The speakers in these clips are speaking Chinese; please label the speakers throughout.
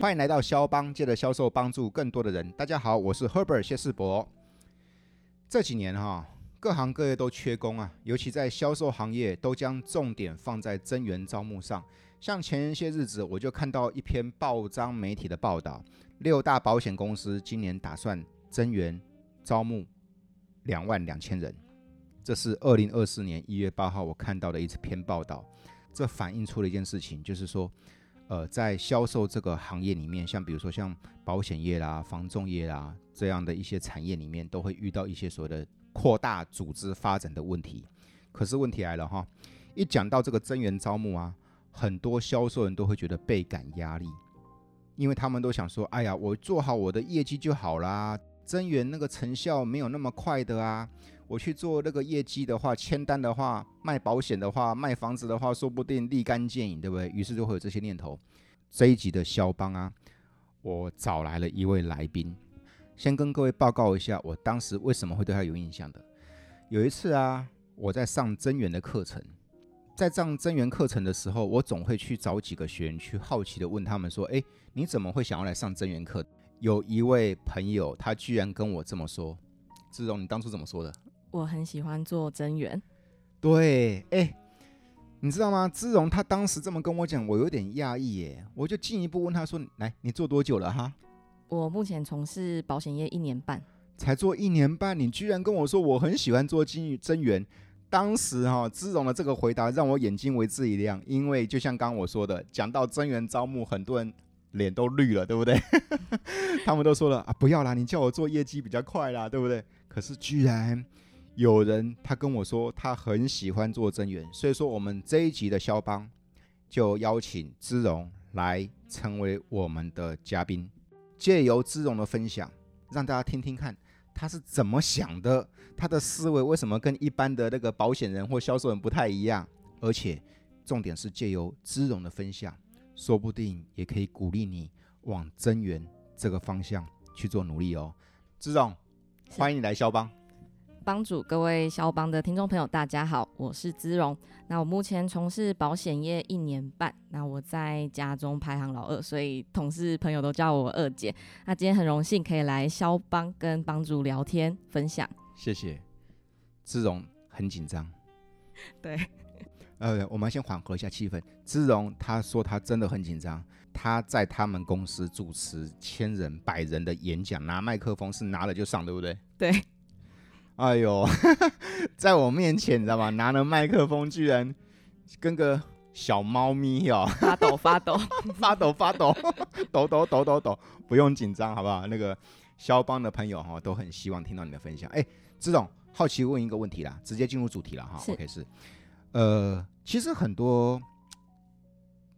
Speaker 1: 欢迎来到肖邦，借着销售帮助更多的人。大家好，我是 Herbert 谢世博。这几年哈、各行各业都缺工啊，尤其在销售行业，都将重点放在增援招募上。像前些日子，我就看到一篇报章媒体的报道，六大保险公司今年打算增援招募两万两千人，这是二零二四年一月八号我看到的一篇报道。这反映出了一件事情，就是说，呃，在销售这个行业里面，像比如说像保险业啦、房仲业啦这样的一些产业里面，都会遇到一些所谓的扩大组织发展的问题。可是问题来了哈，一讲到这个增援招募啊，很多销售人都会觉得倍感压力，因为他们都想说，哎呀，我做好我的业绩就好啦，增援那个成效没有那么快的啊，我去做那个业绩的话，签单的话，卖保险的话，卖房子的话，说不定立竿见影，对不对？于是就会有这些念头。这一集的肖邦啊，我找来了一位来宾，先跟各位报告一下，我当时为什么会对他有印象的。有一次啊，我在上增援的课程，在上增援课程的时候，我总会去找几个学员去好奇的问他们说：“诶，你怎么会想要来上增援课？”有一位朋友，他居然跟我这么说：“志荣，你当初怎么说的？”
Speaker 2: 我很喜欢做增援，
Speaker 1: 对，哎、你知道吗？芝荣他当时这么跟我讲，我有点讶异耶。我就进一步问他说：“来，你做多久了哈？
Speaker 2: 我目前从事保险业一年半，
Speaker 1: 才做一年半，你居然跟我说我很喜欢做金鱼增援。”当时哈、芝荣的这个回答让我眼睛为之一亮，因为就像刚刚我说的，讲到增援招募，很多人脸都绿了，对 不对？他们都说了啊，不要啦，你叫我做业绩比较快啦，对不对？可是居然有人他跟我说他很喜欢做增援，所以说我们这一集的肖邦就邀请芝荣来成为我们的嘉宾，借由芝荣的分享，让大家听听看他是怎么想的，他的思维为什么跟一般的那个保险人或销售人不太一样，而且重点是借由芝荣的分享，说不定也可以鼓励你往增援这个方向去做努力哦。芝荣，
Speaker 2: 是
Speaker 1: 欢迎你来肖邦。
Speaker 2: 帮主各位肖邦的听众朋友，大家好，我是姿荣。那我目前从事保险业一年半，那我在家中排行老二，所以同事朋友都叫我二姐。那今天很荣幸可以来肖邦跟帮主聊天分享，
Speaker 1: 谢谢。姿荣很紧张。
Speaker 2: 对。
Speaker 1: 呃，我们先缓和一下气氛。姿荣他说他真的很紧张，他在他们公司主持千人、百人的演讲，拿麦克风是拿了就上，对不对？
Speaker 2: 对。
Speaker 1: 哎呦， 在我面前，你知道吗？拿了麦克风，居然跟个小猫咪哦，
Speaker 2: 发抖发 抖。
Speaker 1: 发抖发抖，抖抖抖抖抖，不用紧张，好不好？那个肖邦的朋友哈，都很希望听到你的分享。哎，志总，好奇问一个问题啦，直接进入主题了哈。
Speaker 2: 是
Speaker 1: OK，是，呃，其实很多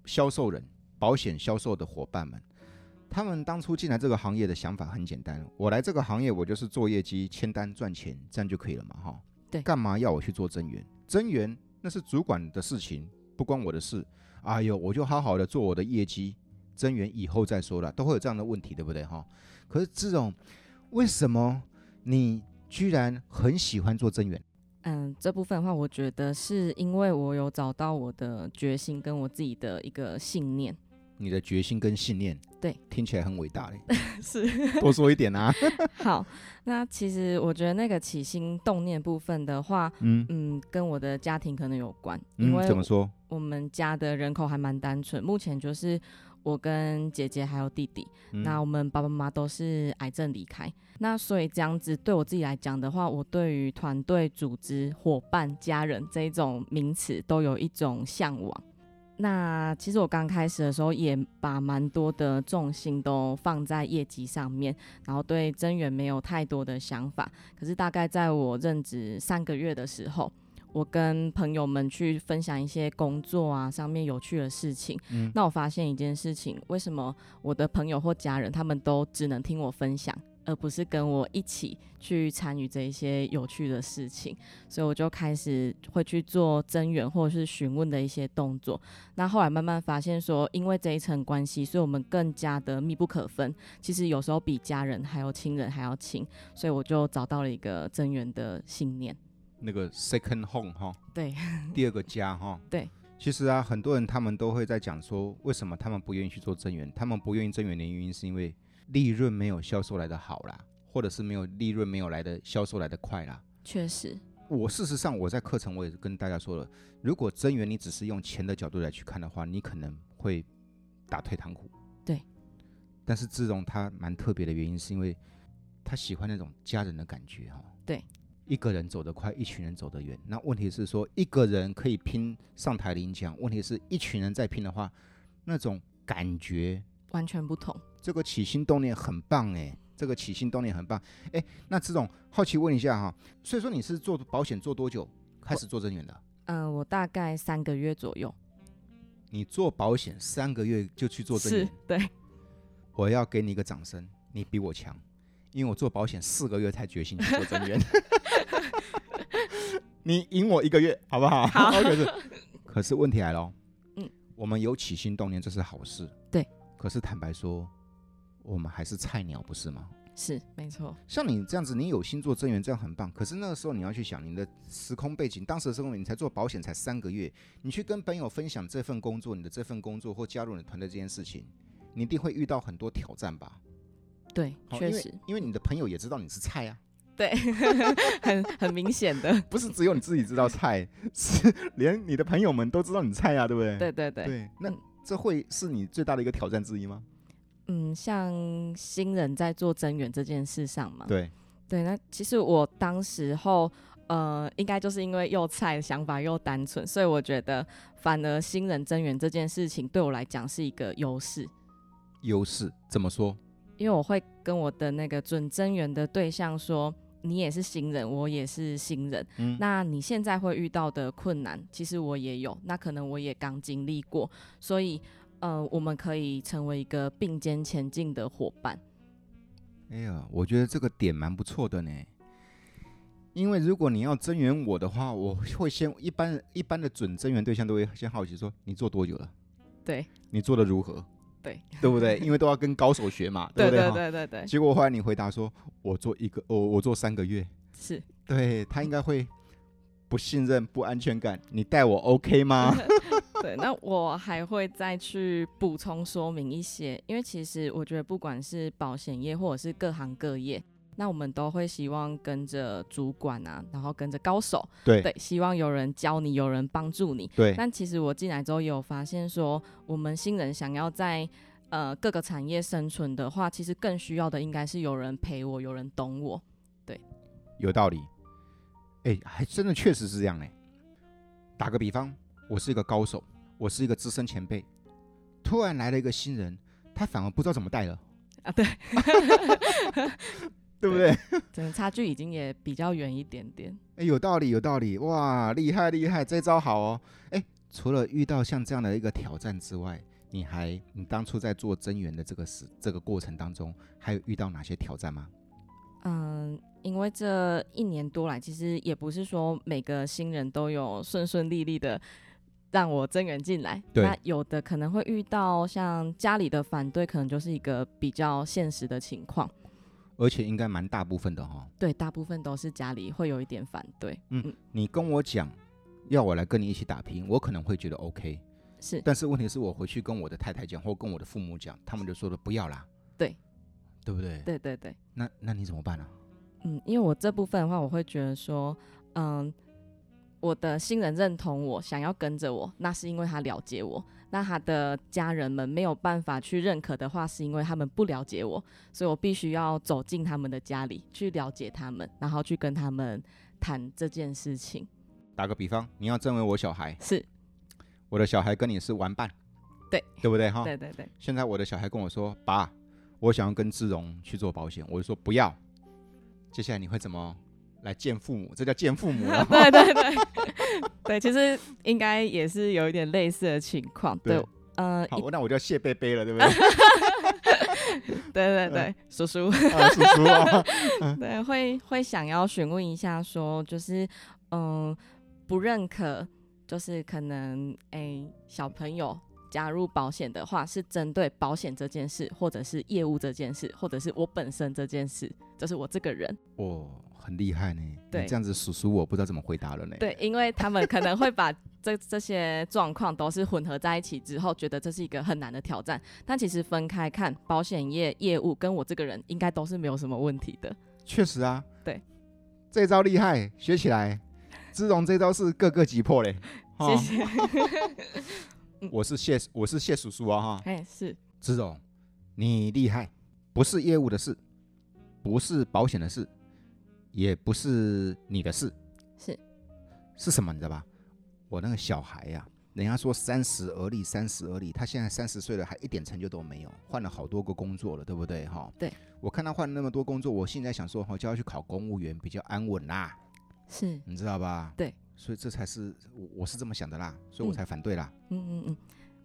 Speaker 1: 销售人、保险销售的伙伴们，他们当初进来这个行业的想法很简单，我来这个行业，我就是做业绩、签单、赚钱，这样就可以了嘛，哈。
Speaker 2: 对
Speaker 1: 干嘛要我去做增援？增援那是主管的事情，不关我的事。哎呦，我就好好的做我的业绩，增援以后再说了，都会有这样的问题，对不对哈？可是这种为什么你居然很喜欢做增援？
Speaker 2: 嗯，这部分的话，我觉得是因为我有找到我的决心跟我自己的一个信念，
Speaker 1: 你的决心跟信念，
Speaker 2: 对，
Speaker 1: 听起来很伟大嘞，
Speaker 2: 是。
Speaker 1: 多说一点 啊。
Speaker 2: 好，那其实我觉得那个起心动念部分的话，
Speaker 1: 嗯
Speaker 2: 嗯，跟我的家庭可能有关，因
Speaker 1: 嗯，
Speaker 2: 为
Speaker 1: 怎么说？
Speaker 2: 我们家的人口还蛮单纯，目前就是我跟姐姐还有弟弟，
Speaker 1: 嗯
Speaker 2: 那我们爸爸妈妈都是癌症离开，那所以这样子对我自己来讲的话，我对于团队、组织、伙伴、家人这一种名词都有一种向往。那其实我刚开始的时候也把蛮多的重心都放在业绩上面，然后对增援没有太多的想法。可是大概在我任职三个月的时候，我跟朋友们去分享一些工作啊上面有趣的事情，
Speaker 1: 嗯
Speaker 2: 那我发现一件事情，为什么我的朋友或家人他们都只能听我分享，而不是跟我一起去参与这一些有趣的事情？所以我就开始会去做增援或者是询问的一些动作。那后来慢慢发现说，因为这一层关系，所以我们更加的密不可分。其实有时候比家人还有亲人还要亲，所以我就找到了一个增援的信念。
Speaker 1: 那个 second home 哈，
Speaker 2: 对，
Speaker 1: 第二个家哈，
Speaker 2: 对。
Speaker 1: 其实啊，很多人他们都会在讲说，为什么他们不愿意去做增援？他们不愿意增援的原因是因为利润没有销售来的好啦，或者是没有利润没有来的销售来的快啦。
Speaker 2: 确实，
Speaker 1: 我事实上我在课程我也跟大家说了，如果增援你只是用钱的角度来去看的话，你可能会打退堂鼓。
Speaker 2: 对。
Speaker 1: 但是志荣他蛮特别的原因，是因为他喜欢那种家人的感觉哈、哦。
Speaker 2: 对。
Speaker 1: 一个人走得快，一群人走得远。那问题是说，一个人可以拼上台领奖，问题是一群人在拼的话，那种感觉，
Speaker 2: 完全不同。
Speaker 1: 这个起心动念很棒诶，这个起心动念很棒诶。那志总，好奇问一下哈，所以说你是做保险做多久开始做增援的？
Speaker 2: 嗯、我大概三个月左右，
Speaker 1: 你做保险三个月就去做增
Speaker 2: 是
Speaker 1: 援，
Speaker 2: 对，
Speaker 1: 我要给你一个掌声，你比我强，因为我做保险四个月才决心去做增 援。你赢我一个月，好不好？
Speaker 2: 好
Speaker 1: 可是，可是问题来了哦，
Speaker 2: 嗯
Speaker 1: 我们有起心动念，这是好事。
Speaker 2: 对。
Speaker 1: 可是坦白说，我们还是菜鸟，不是吗？
Speaker 2: 是没错，
Speaker 1: 像你这样子，你有心做增援，这样很棒。可是那个时候你要去想你的时空背景，当时的时候你才做保险才三个月，你去跟朋友分享这份工作，你的这份工作或加入你的团队这件事情，你一定会遇到很多挑战吧？
Speaker 2: 对，
Speaker 1: 好
Speaker 2: 确
Speaker 1: 因为
Speaker 2: 实，
Speaker 1: 因为你的朋友也知道你是菜啊，
Speaker 2: 对，很很明显的，
Speaker 1: 不是只有你自己知道菜， 是连你的朋友们都知道你菜啊，对不对？
Speaker 2: 对对对。
Speaker 1: 对，那
Speaker 2: 嗯
Speaker 1: 这会是你最大的一个挑战之一吗？
Speaker 2: 嗯，像新人在做增援这件事上嘛，
Speaker 1: 对，
Speaker 2: 对，那其实我当时候，呃，应该就是因为又菜，想法又单纯，所以我觉得反而新人增援这件事情对我来讲是一个优势，
Speaker 1: 优势怎么说？
Speaker 2: 因为我会跟我的那个准增援的对象说，你也是新人，我也是新人，
Speaker 1: 嗯
Speaker 2: 那你现在会遇到的困难，其实我也有，那可能我也刚经历过，所以。呃，我们可以成为一个并肩前进的伙伴，
Speaker 1: 哎呀，我觉得这个点蛮不错的呢。因为如果你要增援我的话，我会先一般一般的准增援对象都会先好奇说你做多久了，
Speaker 2: 对，
Speaker 1: 你做的如何，
Speaker 2: 对，
Speaker 1: 对不 对？因为都要跟高手学嘛，
Speaker 2: 对
Speaker 1: 不对？
Speaker 2: 对
Speaker 1: 哈
Speaker 2: 对对对，
Speaker 1: 结果后来你回答说，我做一个，我我做三个月，
Speaker 2: 是
Speaker 1: 对他应该会不信任、不安全感，你带我 OK 吗？
Speaker 2: 对，那我还会再去补充说明一些，因为其实我觉得不管是保险业或者是各行各业，那我们都会希望跟着主管啊，然后跟着高手，
Speaker 1: 对
Speaker 2: 对，希望有人教你，有人帮助你。
Speaker 1: 对
Speaker 2: 但其实我进来之后也有发现说，我们新人想要在呃各个产业生存的话，其实更需要的应该是有人陪我，有人懂我。
Speaker 1: 有道理。哎，还真的确实是这样嘞。欸打个比方，我是一个高手，我是一个资深前辈，突然来了一个新人，他反而不知道怎么带了
Speaker 2: 啊对，
Speaker 1: 对不对？
Speaker 2: 整个差距已经也比较远一点点。
Speaker 1: 哎，有道理，有道理，哇，厉害厉害，这招好哦。哎，除了遇到像这样的一个挑战之外，你还你当初在做增援的这个时这个过程当中，还有遇到哪些挑战吗？
Speaker 2: 嗯，因为这一年多来，其实也不是说每个新人都有顺顺利利的让我增援进来。
Speaker 1: 对
Speaker 2: 那有的可能会遇到像家里的反对，可能就是一个比较现实的情况。
Speaker 1: 而且应该蛮大部分的哈、哦。
Speaker 2: 对，大部分都是家里会有一点反对。
Speaker 1: 你跟我讲要我来跟你一起打拼，我可能会觉得 OK，
Speaker 2: 是
Speaker 1: 但是问题是我回去跟我的太太讲，或跟我的父母讲，他们就说了不要啦，
Speaker 2: 对，
Speaker 1: 对不对？
Speaker 2: 对对对，
Speaker 1: 那那你怎么办呢、啊？
Speaker 2: 嗯，因为我这部分的话，我会觉得说，嗯，我的新人认同我，想要跟着我，那是因为他了解我。那他的家人们没有办法去认可的话，是因为他们不了解我，所以我必须要走进他们的家里去了解他们，然后去跟他们谈这件事情。
Speaker 1: 打个比方，你要认为我小孩，
Speaker 2: 是，
Speaker 1: 我的小孩跟你是玩伴，
Speaker 2: 对
Speaker 1: 对不对哈？
Speaker 2: 对对对，。
Speaker 1: 现在我的小孩跟我说，爸，我想要跟志荣去做保险，我就说不要。接下来你会怎么来见父母？这叫见父母啊了
Speaker 2: 对对对，对， 其实应该也是有一点类似的情况。对
Speaker 1: 对，
Speaker 2: 呃，
Speaker 1: 好
Speaker 2: 一，
Speaker 1: 那我就要谢贝贝了，对不对？
Speaker 2: 对对对，叔叔。
Speaker 1: 啊，叔叔 啊，
Speaker 2: 对，会会想要询问一下，说就是呃嗯、不认可，就是可能诶、小朋友加入保险的话，是针对保险这件事，或者是业务这件事，或者是我本身这件事，就是我这个人。
Speaker 1: 哦，很厉害呢。你
Speaker 2: 对
Speaker 1: 这样子数数我不知道怎么回答了呢。，
Speaker 2: 对，因为他们可能会把这这些状况都是混合在一起之后，觉得这是一个很难的挑战。但其实分开看，保险业业务跟我这个人应该都是没有什么问题的。
Speaker 1: 确实啊。
Speaker 2: 对，
Speaker 1: 这招厉害，学起 来。芝荣这招是个个击破嘞。
Speaker 2: 谢谢。
Speaker 1: 我是谢，我是谢叔叔啊哈。
Speaker 2: 哎，是
Speaker 1: 芝荣，你厉害，不是业务的事，不是保险的事，也不是你的事，
Speaker 2: 是
Speaker 1: 是什么？你知道吧？我那个小孩呀、人家说三十而立，三十而立，他现在三十岁了，还一点成就都没有，换了好多个工作了，对不对？哈，
Speaker 2: 对。
Speaker 1: 我看他换了那么多工作，我现在想说，哈，就要去考公务员比较安稳啦，
Speaker 2: 是，
Speaker 1: 你知道吧？
Speaker 2: 对。
Speaker 1: 所以这才是我我是这么想的啦，所以我
Speaker 2: 嗯
Speaker 1: 才反对啦。
Speaker 2: 嗯嗯嗯。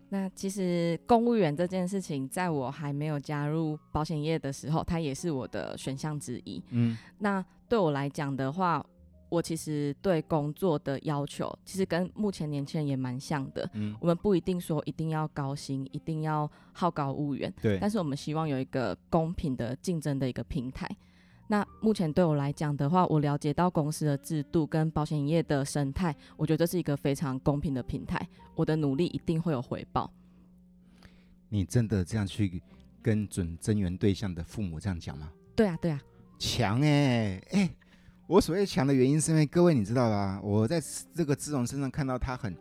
Speaker 2: 那其实公务员这件事情，在我还没有加入保险业的时候，它也是我的选项之一。
Speaker 1: 嗯，
Speaker 2: 那对我来讲的话，我其实对工作的要求，其实跟目前年轻人也蛮像的。
Speaker 1: 嗯
Speaker 2: 我们不一定说一定要高薪，一定要好高骛远，
Speaker 1: 对
Speaker 2: 但是我们希望有一个公平的竞争的一个平台。那目前对我来讲的话，我了解到公司的制度跟保险业的生态，我觉得这是一个非常公平的平台。我的努力一定会有回报。
Speaker 1: 你真的这样去跟准增援对象的父母这样讲吗？
Speaker 2: 对啊，对啊，
Speaker 1: 强哎哎，我所谓强的原因是因为各位你知道吧？我在这个资荣身上看到他很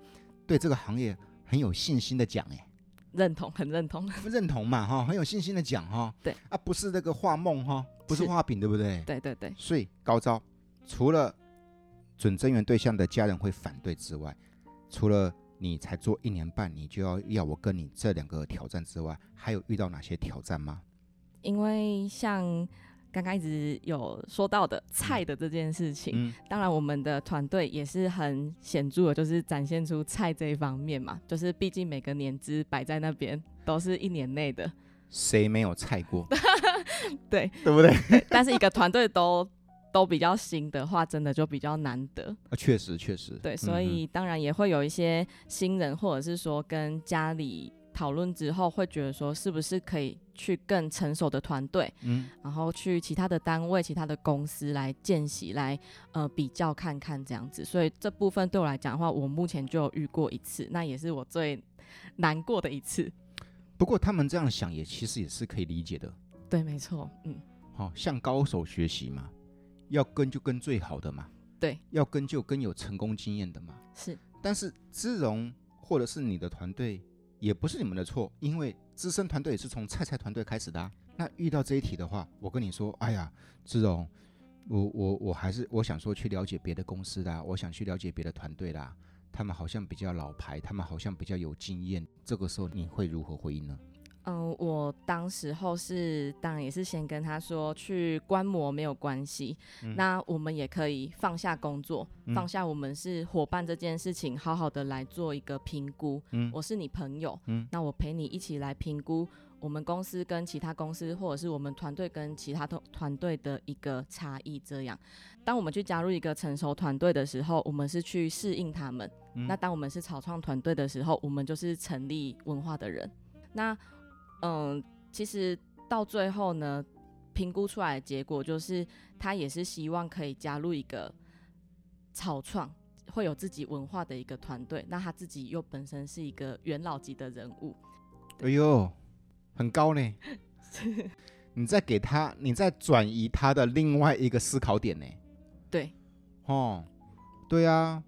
Speaker 1: 对这个行业很有信心的讲哎，
Speaker 2: 认同，很认同。
Speaker 1: 认同嘛哈，很有信心的讲哈。
Speaker 2: 对
Speaker 1: 啊，不是那个画梦哈，不是
Speaker 2: 是
Speaker 1: 画饼对不对？
Speaker 2: 对对对，
Speaker 1: 所以高招，除了准增援对象的家人会反对之外，除了你才做一年半，你就要要我跟你这两个挑战之外，还有遇到哪些挑战吗？
Speaker 2: 因为像刚刚一直有说到的菜的这件事情，
Speaker 1: 嗯，
Speaker 2: 当然，我们的团队也是很显著的，就是展现出菜这一方面嘛。就是毕竟每个年资摆在那边都是一年内的，
Speaker 1: 谁没有菜过？
Speaker 2: 对，
Speaker 1: 对不对？
Speaker 2: 但是一个团队都都比较新的话，真的就比较难得。
Speaker 1: 啊，确实确实，
Speaker 2: 对，
Speaker 1: 嗯
Speaker 2: 所以当然也会有一些新人，或者是说跟家里讨论之后，会觉得说是不是可以去更成熟的团队，
Speaker 1: 嗯，
Speaker 2: 然后去其他的单位、其他的公司来见习、来呃比较看看这样子。所以这部分对我来讲的话，我目前就有遇过一次，那也是我最难过的一次。
Speaker 1: 不过他们这样想也其实也是可以理解的。
Speaker 2: 对，没错，嗯，
Speaker 1: 好、向高手学习嘛，要跟就跟最好的嘛，
Speaker 2: 对，
Speaker 1: 要跟就跟有成功经验的嘛。
Speaker 2: 是
Speaker 1: 但是资荣或者是你的团队也不是你们的错，因为资深团队也是从菜菜团队开始的啊、那遇到这一题的话，我跟你说，哎呀，资荣，我我我还是我想说去了解别的公司的啊、我想去了解别的团队啦、他们好像比较老牌，他们好像比较有经验。这个时候你会如何回应呢？
Speaker 2: 嗯，我当时候是，当然也是先跟他说去观摩没有关系，
Speaker 1: 嗯
Speaker 2: 那我们也可以放下工作，放下我们是伙伴这件事情，好好的来做一个评估。
Speaker 1: 嗯
Speaker 2: 我是你朋友，
Speaker 1: 嗯
Speaker 2: 那我陪你一起来评估我们公司跟其他公司，或者是我们团队跟其他团团队的一个差异。这样，当我们去加入一个成熟团队的时候，我们是去适应他们；
Speaker 1: 嗯
Speaker 2: 那当我们是草创团队的时候，我们就是成立文化的人。那嗯，其实到最后呢，评估出来的结果就是，他也是希望可以加入一个草创。会有自己文化的一个团队，那他自己又本身是一个元老级的人物，
Speaker 1: 哎呦，很高呢。你再给他，你再转移他的另外一个思考点呢。
Speaker 2: 对，
Speaker 1: 哦，对啊，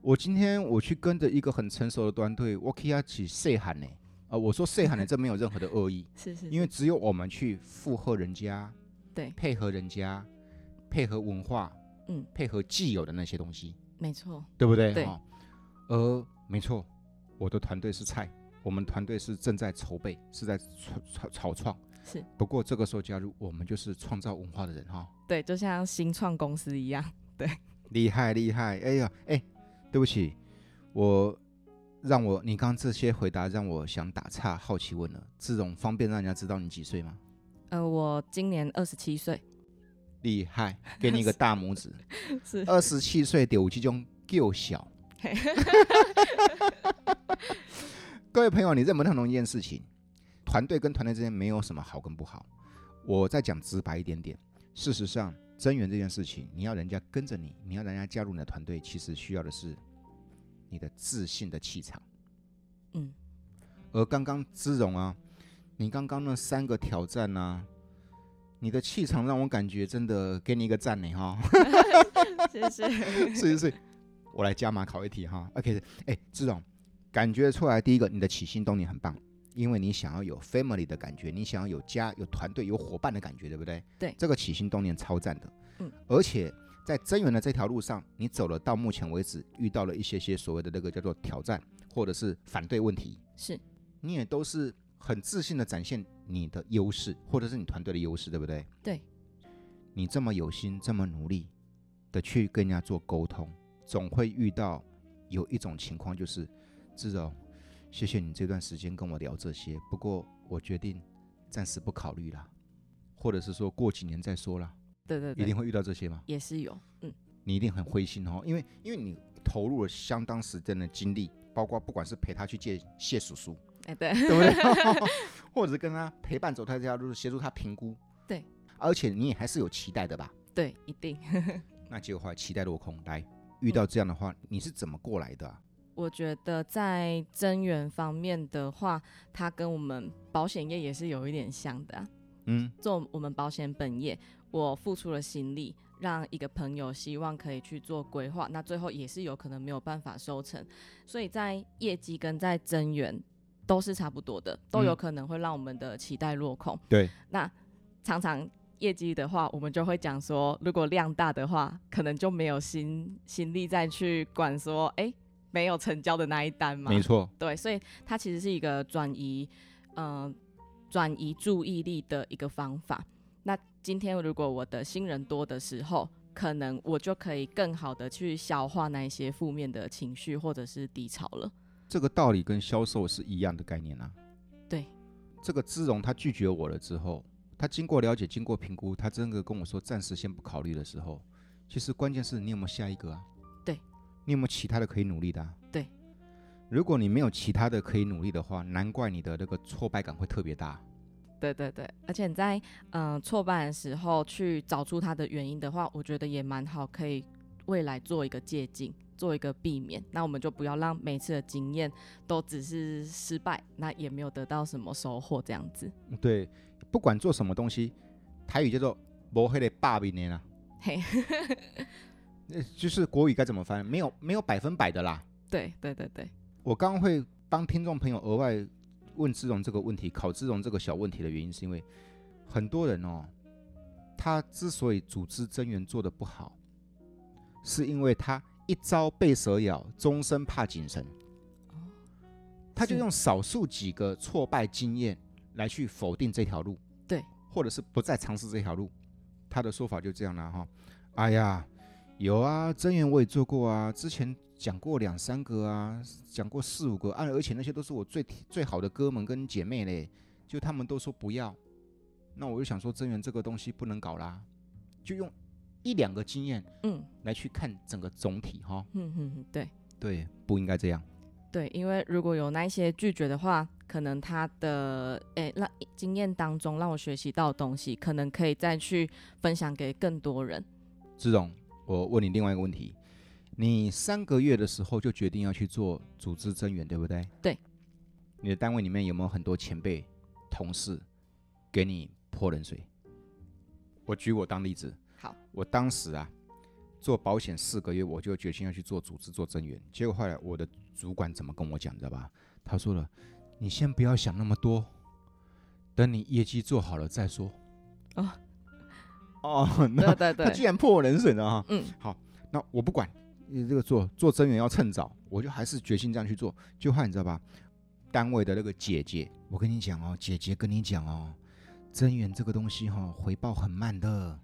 Speaker 1: 我今天我去跟着一个很成熟的团队，我可以要起谁喊呢？啊、我说谁喊 呢，这没有任何的恶意，
Speaker 2: 是是
Speaker 1: 因为只有我们去附和人家，
Speaker 2: 对
Speaker 1: 配合人家，配合文化，
Speaker 2: 嗯，
Speaker 1: 配合既有的那些东西，
Speaker 2: 没错，
Speaker 1: 对不对？
Speaker 2: 对
Speaker 1: 哦呃，没错，我的团队是菜，我们团队是正在筹备，是在草草草创。
Speaker 2: 是
Speaker 1: 不过这个时候加入，我们就是创造文化的人哈、
Speaker 2: 对，就像新创公司一样，
Speaker 1: 厉害厉害！哎呀，哎，对不起，我让我你刚刚这些回答让我想打岔，好奇问了，这种方便让人家知道你几岁吗？
Speaker 2: 呃，我今年二十七岁，
Speaker 1: 厉害，给你一个大拇指。
Speaker 2: 是
Speaker 1: 二十 七岁丢这种够小
Speaker 2: 嘿。
Speaker 1: 各位朋友，你认不认同一件事情？团队跟团队之间没有什么好跟不好。我再讲直白一点点，事实上，增援这件事情，你要人家跟着你，你要人家加入你的团队，其实需要的是你的自信的气场。
Speaker 2: 嗯，
Speaker 1: 而刚刚姿荣啊，你刚刚那三个挑战啊，你的气场让我感觉真的给你一个赞呢哈。
Speaker 2: 谢 谢。
Speaker 1: 是是是，我来加码考一题哈。OK，哎，志荣，感觉出来，第一个，你的起心动念很棒，因为你想要有 family 的感觉，你想要有家、有团队、有伙伴的感觉，对不对？
Speaker 2: 对
Speaker 1: 这个起心动念超赞的。
Speaker 2: 嗯，
Speaker 1: 而且在增援的这条路上，你走了到目前为止，遇到了一些些所谓的那个叫做挑战或者是反对问题，
Speaker 2: 是，
Speaker 1: 你也都是很自信的展现你的优势，或者是你团队的优势，对不对？
Speaker 2: 对。
Speaker 1: 你这么有心，这么努力的去跟人家做沟通，总会遇到有一种情况，就是志荣，谢谢你这段时间跟我聊这些，不过我决定暂时不考虑啦，或者是说过几年再说啦，
Speaker 2: 对对
Speaker 1: 一
Speaker 2: 对
Speaker 1: 定，会遇到这些吗？
Speaker 2: 也是有，嗯，
Speaker 1: 你一定很灰心哦，因为因为你投入了相当时间的精力，包括不管是陪他去借谢叔叔，
Speaker 2: 哎、对，
Speaker 1: 对不 对？或者是跟他陪伴走他这条路，协助他评估。
Speaker 2: 对，
Speaker 1: 而且你也还是有期待的吧？
Speaker 2: 对，一定。
Speaker 1: 那结果后来期待落空，来遇到这样的话，你是怎么过来的啊、
Speaker 2: 我觉得在增援方面的话，它跟我们保险业也是有一点像的啊、
Speaker 1: 嗯，
Speaker 2: 做我们保险本业，我付出了心力，让一个朋友希望可以去做规划，那最后也是有可能没有办法收成，所以在业绩跟在增援都是差不多的，都有
Speaker 1: 嗯
Speaker 2: 可能会让我们的期待落空。
Speaker 1: 对，
Speaker 2: 那常常业绩的话，我们就会讲说，如果量大的话，可能就没有心心力再去管说，哎、没有成交的那一单嘛。
Speaker 1: 错，
Speaker 2: 对，所以它其实是一个转移，呃，转移注意力的一个方法。那今天如果我的新人多的时候，可能我就可以更好的去消化那一些负面的情绪或者是低潮了。
Speaker 1: 这个道理跟销售是一样的概念啊。
Speaker 2: 对，
Speaker 1: 这个资荣他拒绝我了之后，他经过了解、经过评估，他真的跟我说暂时先不考虑的时候，其实关键是你有没有下一个啊？
Speaker 2: 对，
Speaker 1: 你有没有其他的可以努力的、啊？
Speaker 2: 对，
Speaker 1: 如果你没有其他的可以努力的话，难怪你的那个挫败感会特别大。
Speaker 2: 对对对，而且你在嗯、呃挫败的时候去找出它的原因的话，我觉得也蛮好，可以未来做一个借鉴，做一个避免。那我们就不要让每次的经验都只是失败，那也没有得到什么收获这样子。
Speaker 1: 对，不管做什么东西，台语叫做“无黑的把柄的啦
Speaker 2: 嘿，”，
Speaker 1: 呃啊就是国语该怎么翻？没有没有百分百的啦。
Speaker 2: 对对对对，
Speaker 1: 我刚刚会帮听众朋友额外问志荣这个问题，考志荣这个小问题的原因，是因为很多人哦，他之所以组织增援做的不好，是因为他一朝被蛇咬，终身怕井绳。他就是用少数几个挫败经验来去否定这条路，
Speaker 2: 对，
Speaker 1: 或者是不再尝试这条路。他的说法就这样了哈。哎呀，有啊，真源我也做过啊，之前讲过两三个啊，讲过四五个啊，而且那些都是我最最好的哥们跟姐妹嘞，就他们都说不要，那我就想说真源这个东西不能搞啦，就用一两个经验
Speaker 2: 嗯
Speaker 1: 来去看整个总体哈。
Speaker 2: 嗯嗯嗯，对
Speaker 1: 对，不应该这样。
Speaker 2: 对，因为如果有那一些拒绝的话，可能他的诶让经验当中让我学习到的东西，可能可以再去分享给更多人。
Speaker 1: 志荣，我问你另外一个问题：你三个月的时候就决定要去做组织增援，对不对？
Speaker 2: 对。
Speaker 1: 你的单位里面有没有很多前辈、同事给你泼冷水？我举我当例子，
Speaker 2: 好，
Speaker 1: 我当时啊做保险四个月，我就决心要去做组织做增援。结果后来我的主管怎么跟我讲，你知道吧？他说了：“你先不要想那么多，等你业绩做好了再说。”
Speaker 2: 哦
Speaker 1: 哦，那
Speaker 2: 对对
Speaker 1: 他
Speaker 2: 对
Speaker 1: 居，然泼我冷水了哈。
Speaker 2: 嗯，
Speaker 1: 那我不管，你这个做做增援要趁早，我就还是决心这样去做。就怕你知道吧，单位的那个姐姐，我跟你讲哦，姐姐跟你讲哦，增援这个东西哈、哦，回报很慢的。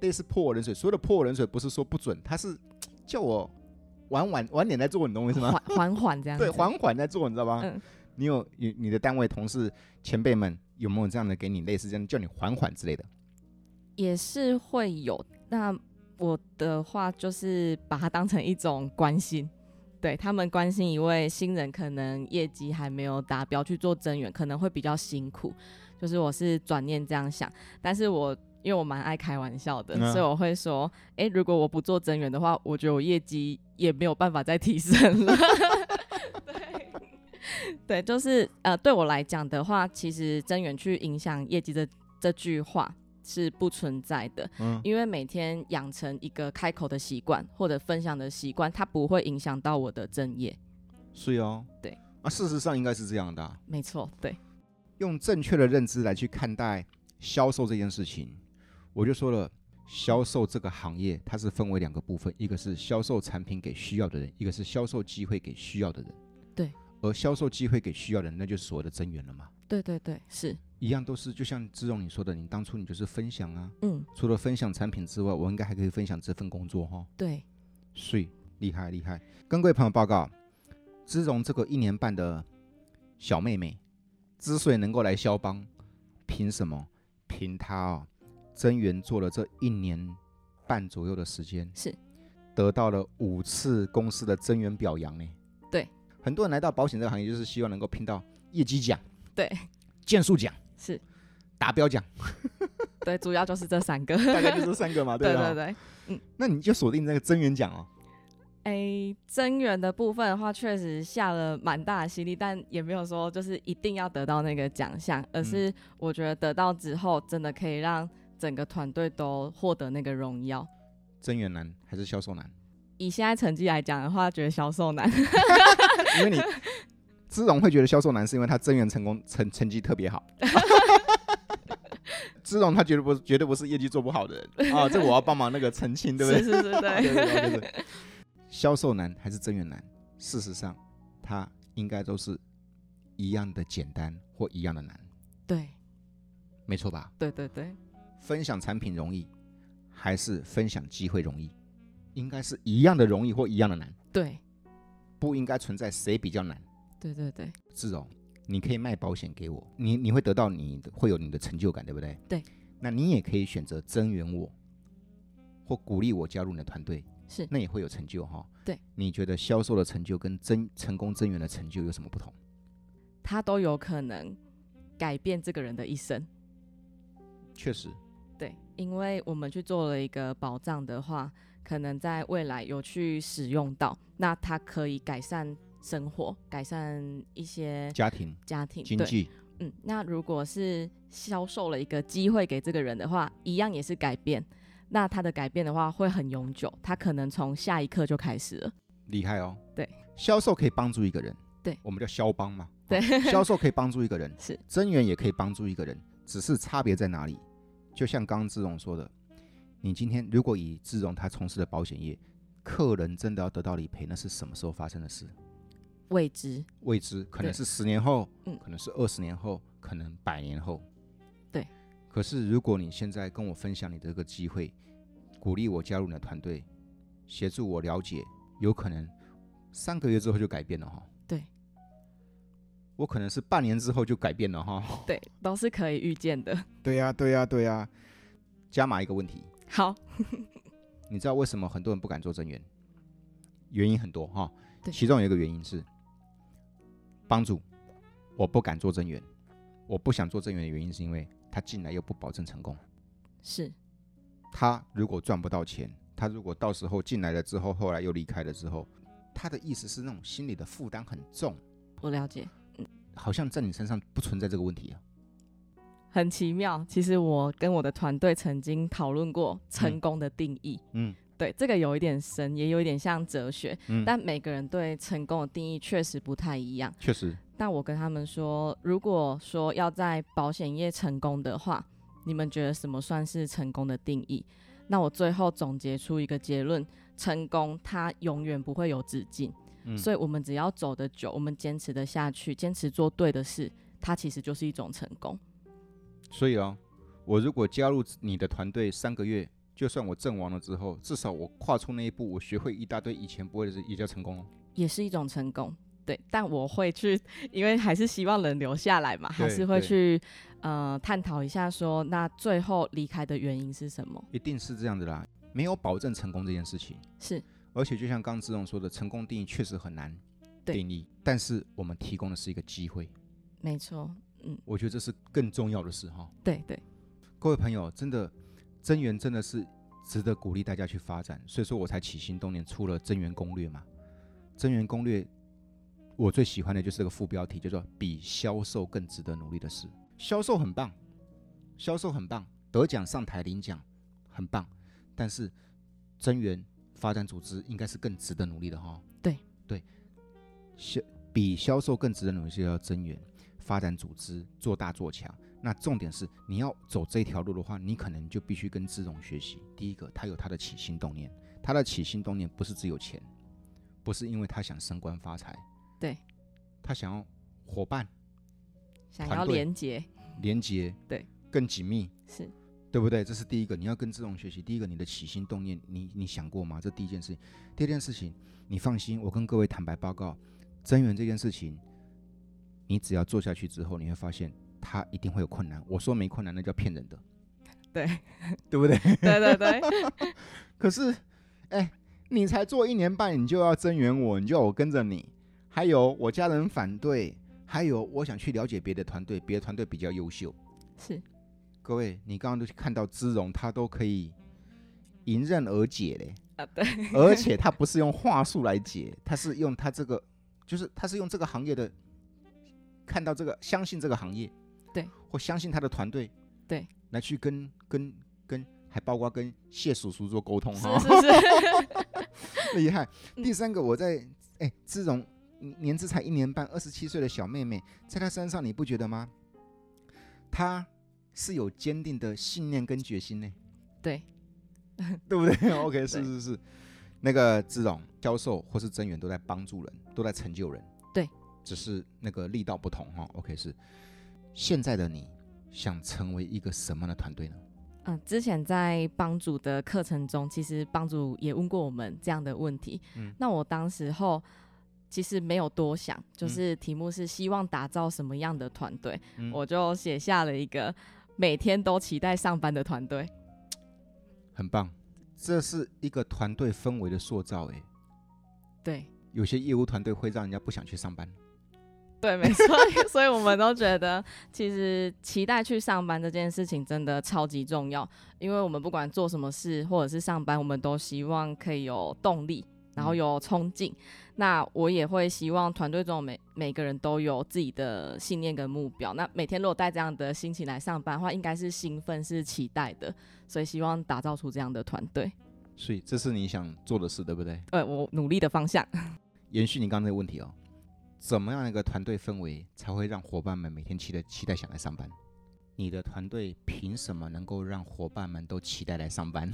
Speaker 1: 类似泼我冷水，所有的泼我冷水不是说不准，他是叫我晚晚晚点再做，你懂我意思吗？
Speaker 2: 缓缓缓这样子，
Speaker 1: 对，缓缓在做，你知道吗？
Speaker 2: 嗯
Speaker 1: 你有你你的单位同事前辈们有没有这样的给你类似这样叫你缓缓之类的？
Speaker 2: 也是会有。那我的话就是把它当成一种关心， 对他们关心一位新人，可能业绩还没有达标去做增援，可能会比较辛苦。就是我是转念这样想，但是我因为我蛮爱开玩笑的，
Speaker 1: 嗯
Speaker 2: 所以我会说，诶，如果我不做增援的话，我觉得我业绩也没有办法再提升了。 对，对，就是呃，对我来讲的话，其实增援去影响业绩的这句话是不存在的。
Speaker 1: 嗯
Speaker 2: 因为每天养成一个开口的习惯或者分享的习惯，它不会影响到我的正业。
Speaker 1: 是哦，
Speaker 2: 对
Speaker 1: 啊，事实上应该是这样的啊、
Speaker 2: 没错，对，
Speaker 1: 用正确的认知来去看待销售这件事情，我就说了，销售这个行业它是分为两个部分，一个是销售产品给需要的人，一个是销售机会给需要的人。
Speaker 2: 对，
Speaker 1: 而销售机会给需要的人，那就是所谓的增援了嘛。
Speaker 2: 对对对，是，
Speaker 1: 一样都是，就像志荣你说的，你当初你就是分享啊，
Speaker 2: 嗯，
Speaker 1: 除了分享产品之外，我应该还可以分享这份工作哈、哦。
Speaker 2: 对，
Speaker 1: 是，厉害厉害。跟各位朋友报告，芝荣这个一年半的小妹妹，之所以能够来肖邦，凭什么？凭她哦，增援做了这一年半左右的时间，
Speaker 2: 是
Speaker 1: 得到了五次公司的增援表扬呢。
Speaker 2: 对，
Speaker 1: 很多人来到保险这个行业，就是希望能够拼到业绩奖、
Speaker 2: 对，
Speaker 1: 件数奖、
Speaker 2: 是，
Speaker 1: 达标 奖，
Speaker 2: 对，主要就是这三个。
Speaker 1: 大概就这三个嘛，
Speaker 2: 对
Speaker 1: 吧？
Speaker 2: 对对，
Speaker 1: 那你就锁定那个增援奖哦。
Speaker 2: 哎，增援的部分的话，确实下了蛮大的心力，但也没有说就是一定要得到那个奖项，而是我觉得得到之后，真的可以让整个团队都获得那个荣耀。
Speaker 1: 增援难还是销售难？
Speaker 2: 以现在成绩来讲的话，觉得销售难。
Speaker 1: 因为你芝荣会觉得销售难，是因为他增援成功成成绩特别 好。芝荣他绝对不绝对不是业绩做不好的 人啊，这我要帮忙那个澄清，对不对？
Speaker 2: 是是是，对，
Speaker 1: 对对对对。销售难还是增援难？事实上，它应该都是一样的简单或一样的难，
Speaker 2: 对
Speaker 1: 没错吧？
Speaker 2: 对对对，
Speaker 1: 分享产品容易，还是分享机会容易？应该是一样的容易或一样的难，
Speaker 2: 对
Speaker 1: 不应该存在谁比较难。
Speaker 2: 对对对，
Speaker 1: 志荣，你可以卖保险给我，你你会得到你的会有你的成就感，对不对？
Speaker 2: 对。
Speaker 1: 那你也可以选择增援我，或鼓励我加入你的团队，
Speaker 2: 是
Speaker 1: 那也会有成就哈、
Speaker 2: 对。
Speaker 1: 你觉得销售的成就跟增成功增援的成就有什么不同？
Speaker 2: 他都有可能改变这个人的一生。
Speaker 1: 确实，
Speaker 2: 对，因为我们去做了一个保障的话，可能在未来有去使用到，那它可以改善生活，改善一些
Speaker 1: 家庭、
Speaker 2: 家庭
Speaker 1: 经
Speaker 2: 对，
Speaker 1: 济，
Speaker 2: 嗯，那如果是销售了一个机会给这个人的话，一样也是改变。那他的改变的话会很永久，他可能从下一刻就开始了。
Speaker 1: 厉害哦。
Speaker 2: 对。
Speaker 1: 销售可以帮助一个人，
Speaker 2: 对
Speaker 1: 我们叫销帮嘛。
Speaker 2: 对
Speaker 1: 啊销售可以帮助一个人，
Speaker 2: 是
Speaker 1: 增援也可以帮助一个人，只是差别在哪里？就像刚刚志荣说的，你今天如果以志荣他从事的保险业，客人真的要得到理赔，那是什么时候发生的事？
Speaker 2: 未知，
Speaker 1: 未知，可能
Speaker 2: 对
Speaker 1: 是十年后，
Speaker 2: 嗯
Speaker 1: 可能是二十年后，可能百年后。
Speaker 2: 对。
Speaker 1: 可是如果你现在跟我分享你的这个机会，鼓励我加入你的团队，协助我了解，有可能三个月之后就改变了哈。
Speaker 2: 对。
Speaker 1: 我可能是半年之后就改变了哈。
Speaker 2: 对，都是可以预见的。
Speaker 1: 对呀、对呀、对呀、加码一个问题，
Speaker 2: 好，
Speaker 1: 你知道为什么很多人不敢做增援？原因很多哈，
Speaker 2: 对
Speaker 1: 其中有一个原因是帮主，我不敢做增援，我不想做增援的原因是因为他进来又不保证成功，
Speaker 2: 是
Speaker 1: 他如果赚不到钱，他如果到时候进来了之后，后来又离开了之后，他的意思是那种心理的负担很重，
Speaker 2: 我了解。
Speaker 1: 好像在你身上不存在这个问题啊。
Speaker 2: 很奇妙。其实我跟我的团队曾经讨论过成功的定义，
Speaker 1: 嗯
Speaker 2: 对这个有一点深，也有一点像哲学，
Speaker 1: 嗯，
Speaker 2: 但每个人对成功的定义确实不太一样。
Speaker 1: 确实
Speaker 2: 但我跟他们说，如果说要在保险业成功的话，你们觉得什么算是成功的定义？那我最后总结出一个结论：成功它永远不会有止境，
Speaker 1: 嗯
Speaker 2: 所以我们只要走得久，我们坚持的下去，坚持做对的事，它其实就是一种成功。
Speaker 1: 所以哦，我如果加入你的团队三个月，就算我阵亡了之后，至少我跨出那一步，我学会一大堆以前不会的事，也叫成功了。
Speaker 2: 也是一种成功。对，但我会去， 因为还是希望人留下来嘛，还
Speaker 1: 对
Speaker 2: 是会
Speaker 1: 对
Speaker 2: 去呃探讨一下说，那最后离开的原因是什么？
Speaker 1: 一定是这样的啦，没有保证成功这件事情，
Speaker 2: 是
Speaker 1: 而且就像刚刚子荣说的，成功定义确实很难
Speaker 2: 对
Speaker 1: 定义，但是我们提供的是一个机会，
Speaker 2: 没错，嗯，
Speaker 1: 我觉得这是更重要的事哈。
Speaker 2: 对对，
Speaker 1: 各位朋友，真的增援真的是值得鼓励大家去发展，所以说我才起心动念出了增援攻略嘛。增援攻略，我最喜欢的就是这个副标题，叫做“比销售更值得努力的事”。销售很棒，销售很棒，得奖上台领奖很棒，但是增援发展组织应该是更值得努力的哈。
Speaker 2: 对
Speaker 1: 对，销比销售更值得努力是要增援发展组织，做大做强。那重点是，你要走这条路的话，你可能就必须跟资荣学习。第一个，他有他的起心动念，他的起心动念不是只有钱，不是因为他想升官发财，
Speaker 2: 对，
Speaker 1: 他想要伙伴
Speaker 2: 想
Speaker 1: 团
Speaker 2: 要
Speaker 1: 队
Speaker 2: 连接
Speaker 1: 连接，
Speaker 2: 对，
Speaker 1: 更紧密，
Speaker 2: 是
Speaker 1: 对不对？这是第一个，你要跟这种学习。第一个，你的起心动念，你你想过吗？这第一件事情。第二件事情，你放心，我跟各位坦白报告，增援这件事情，你只要做下去之后，你会发现它一定会有困难。我说没困难，那叫骗人的，
Speaker 2: 对
Speaker 1: 对不对？
Speaker 2: 对对对，
Speaker 1: 可是，哎，你才做一年半，你就要增援我，你就要我跟着你，还有我家人反对，还有我想去了解别的团队，别的团队比较优秀。
Speaker 2: 是
Speaker 1: 各位，你刚刚都看到姿荣，他都可以迎刃而解 嘞，
Speaker 2: 啊，对，
Speaker 1: 而且他不是用话术来解，他是用他这个，就是他是用这个行业的，看到这个，相信这个行业，
Speaker 2: 对，
Speaker 1: 或相信他的团队，
Speaker 2: 对，
Speaker 1: 来去跟跟跟，还包括跟谢叔叔做沟通哈，
Speaker 2: 是是是，
Speaker 1: 厉害。
Speaker 2: 嗯
Speaker 1: 第三个，我在哎，姿荣嗯年资才一年半，二十七岁的小妹妹，在她身上你不觉得吗？她是有坚定的信念跟决心呢，
Speaker 2: 对，
Speaker 1: 对不对？OK，是是是，那个姿荣销售或是增援都在帮助人，都在成就人，
Speaker 2: 对，
Speaker 1: 只是那个力道不同哈、OK，是现在的你想成为一个什么样的团队呢？
Speaker 2: 嗯，之前在帮主的课程中，其实帮主也问过我们这样的问题。
Speaker 1: 嗯
Speaker 2: 那我当时候其实没有多想，就是题目是希望打造什么样的团队，
Speaker 1: 嗯
Speaker 2: 我就写下了一个每天都期待上班的团队。
Speaker 1: 很棒，这是一个团队氛围的塑造，哎，
Speaker 2: 对
Speaker 1: 有些业务团队会让人家不想去上班。
Speaker 2: 对，没 错。所以我们都觉得，其实期待去上班这件事情真的超级重要，因为我们不管做什么事或者是上班，我们都希望可以有动力。然后
Speaker 1: 嗯
Speaker 2: 有冲劲。那我也会希望团队中每每个人都有自己的信念跟目标。那每天如果带这样的心情来上班的话，应该是兴奋、是期待的，所以希望打造出这样的团队。
Speaker 1: 所以这是你想做的事，对不对？
Speaker 2: 呃，我努力的方向。
Speaker 1: 延续你刚才的问题哦，怎么样一个团队氛围才会让伙伴们每天期待期待想来上班？你的团队凭什么能够让伙伴们都期待来上班？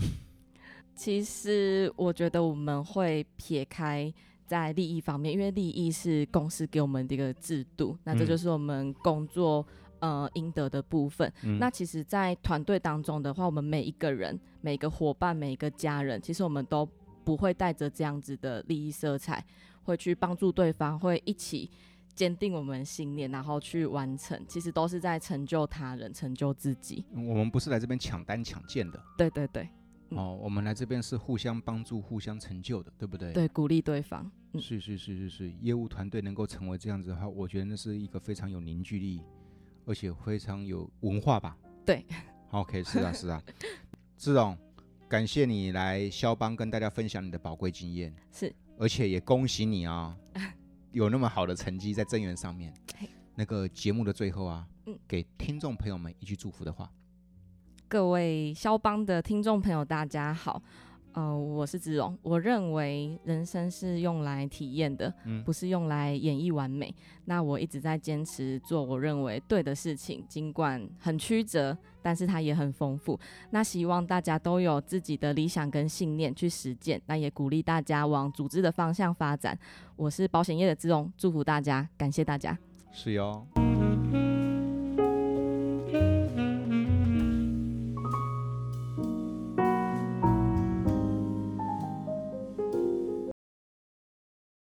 Speaker 2: 其实我觉得我们会撇开在利益方面，因为利益是公司给我们的一个制度，那这
Speaker 1: 嗯
Speaker 2: 就是我们工作。呃，应得的部分。
Speaker 1: 嗯
Speaker 2: 那其实，在团队当中的话，我们每一个人、每个伙伴、每一个家人，其实我们都不会带着这样子的利益色彩，会去帮助对方，会一起坚定我们信念，然后去完成。其实都是在成就他人、成就自己。
Speaker 1: 我们不是来这边抢单抢件的
Speaker 2: 对对对，嗯
Speaker 1: 哦，我们来这边是互相帮助、互相成就的，对不对？
Speaker 2: 对，鼓励对方。嗯
Speaker 1: 是是是是是，业务团队能够成为这样子的话，我觉得那是一个非常有凝聚力，而且非常有文化吧。
Speaker 2: 对
Speaker 1: ，OK，是啊是啊，志荣，感谢你来肖邦跟大家分享你的宝贵经验，
Speaker 2: 是
Speaker 1: 而且也恭喜你 啊、有那么好的成绩在增援上面
Speaker 2: 嘿。
Speaker 1: 那个节目的最后啊，
Speaker 2: 嗯
Speaker 1: 给听众朋友们一句祝福的话，
Speaker 2: 各位肖邦的听众朋友，大家好，呃，我是子荣。我认为人生是用来体验的，
Speaker 1: 嗯
Speaker 2: 不是用来演绎完美。那我一直在坚持做我认为对的事情，尽管很曲折，但是它也很丰富。那希望大家都有自己的理想跟信念去实践，那也鼓励大家往组织的方向发展。我是保险业的子荣，祝福大家，感谢大家。
Speaker 1: 是哟、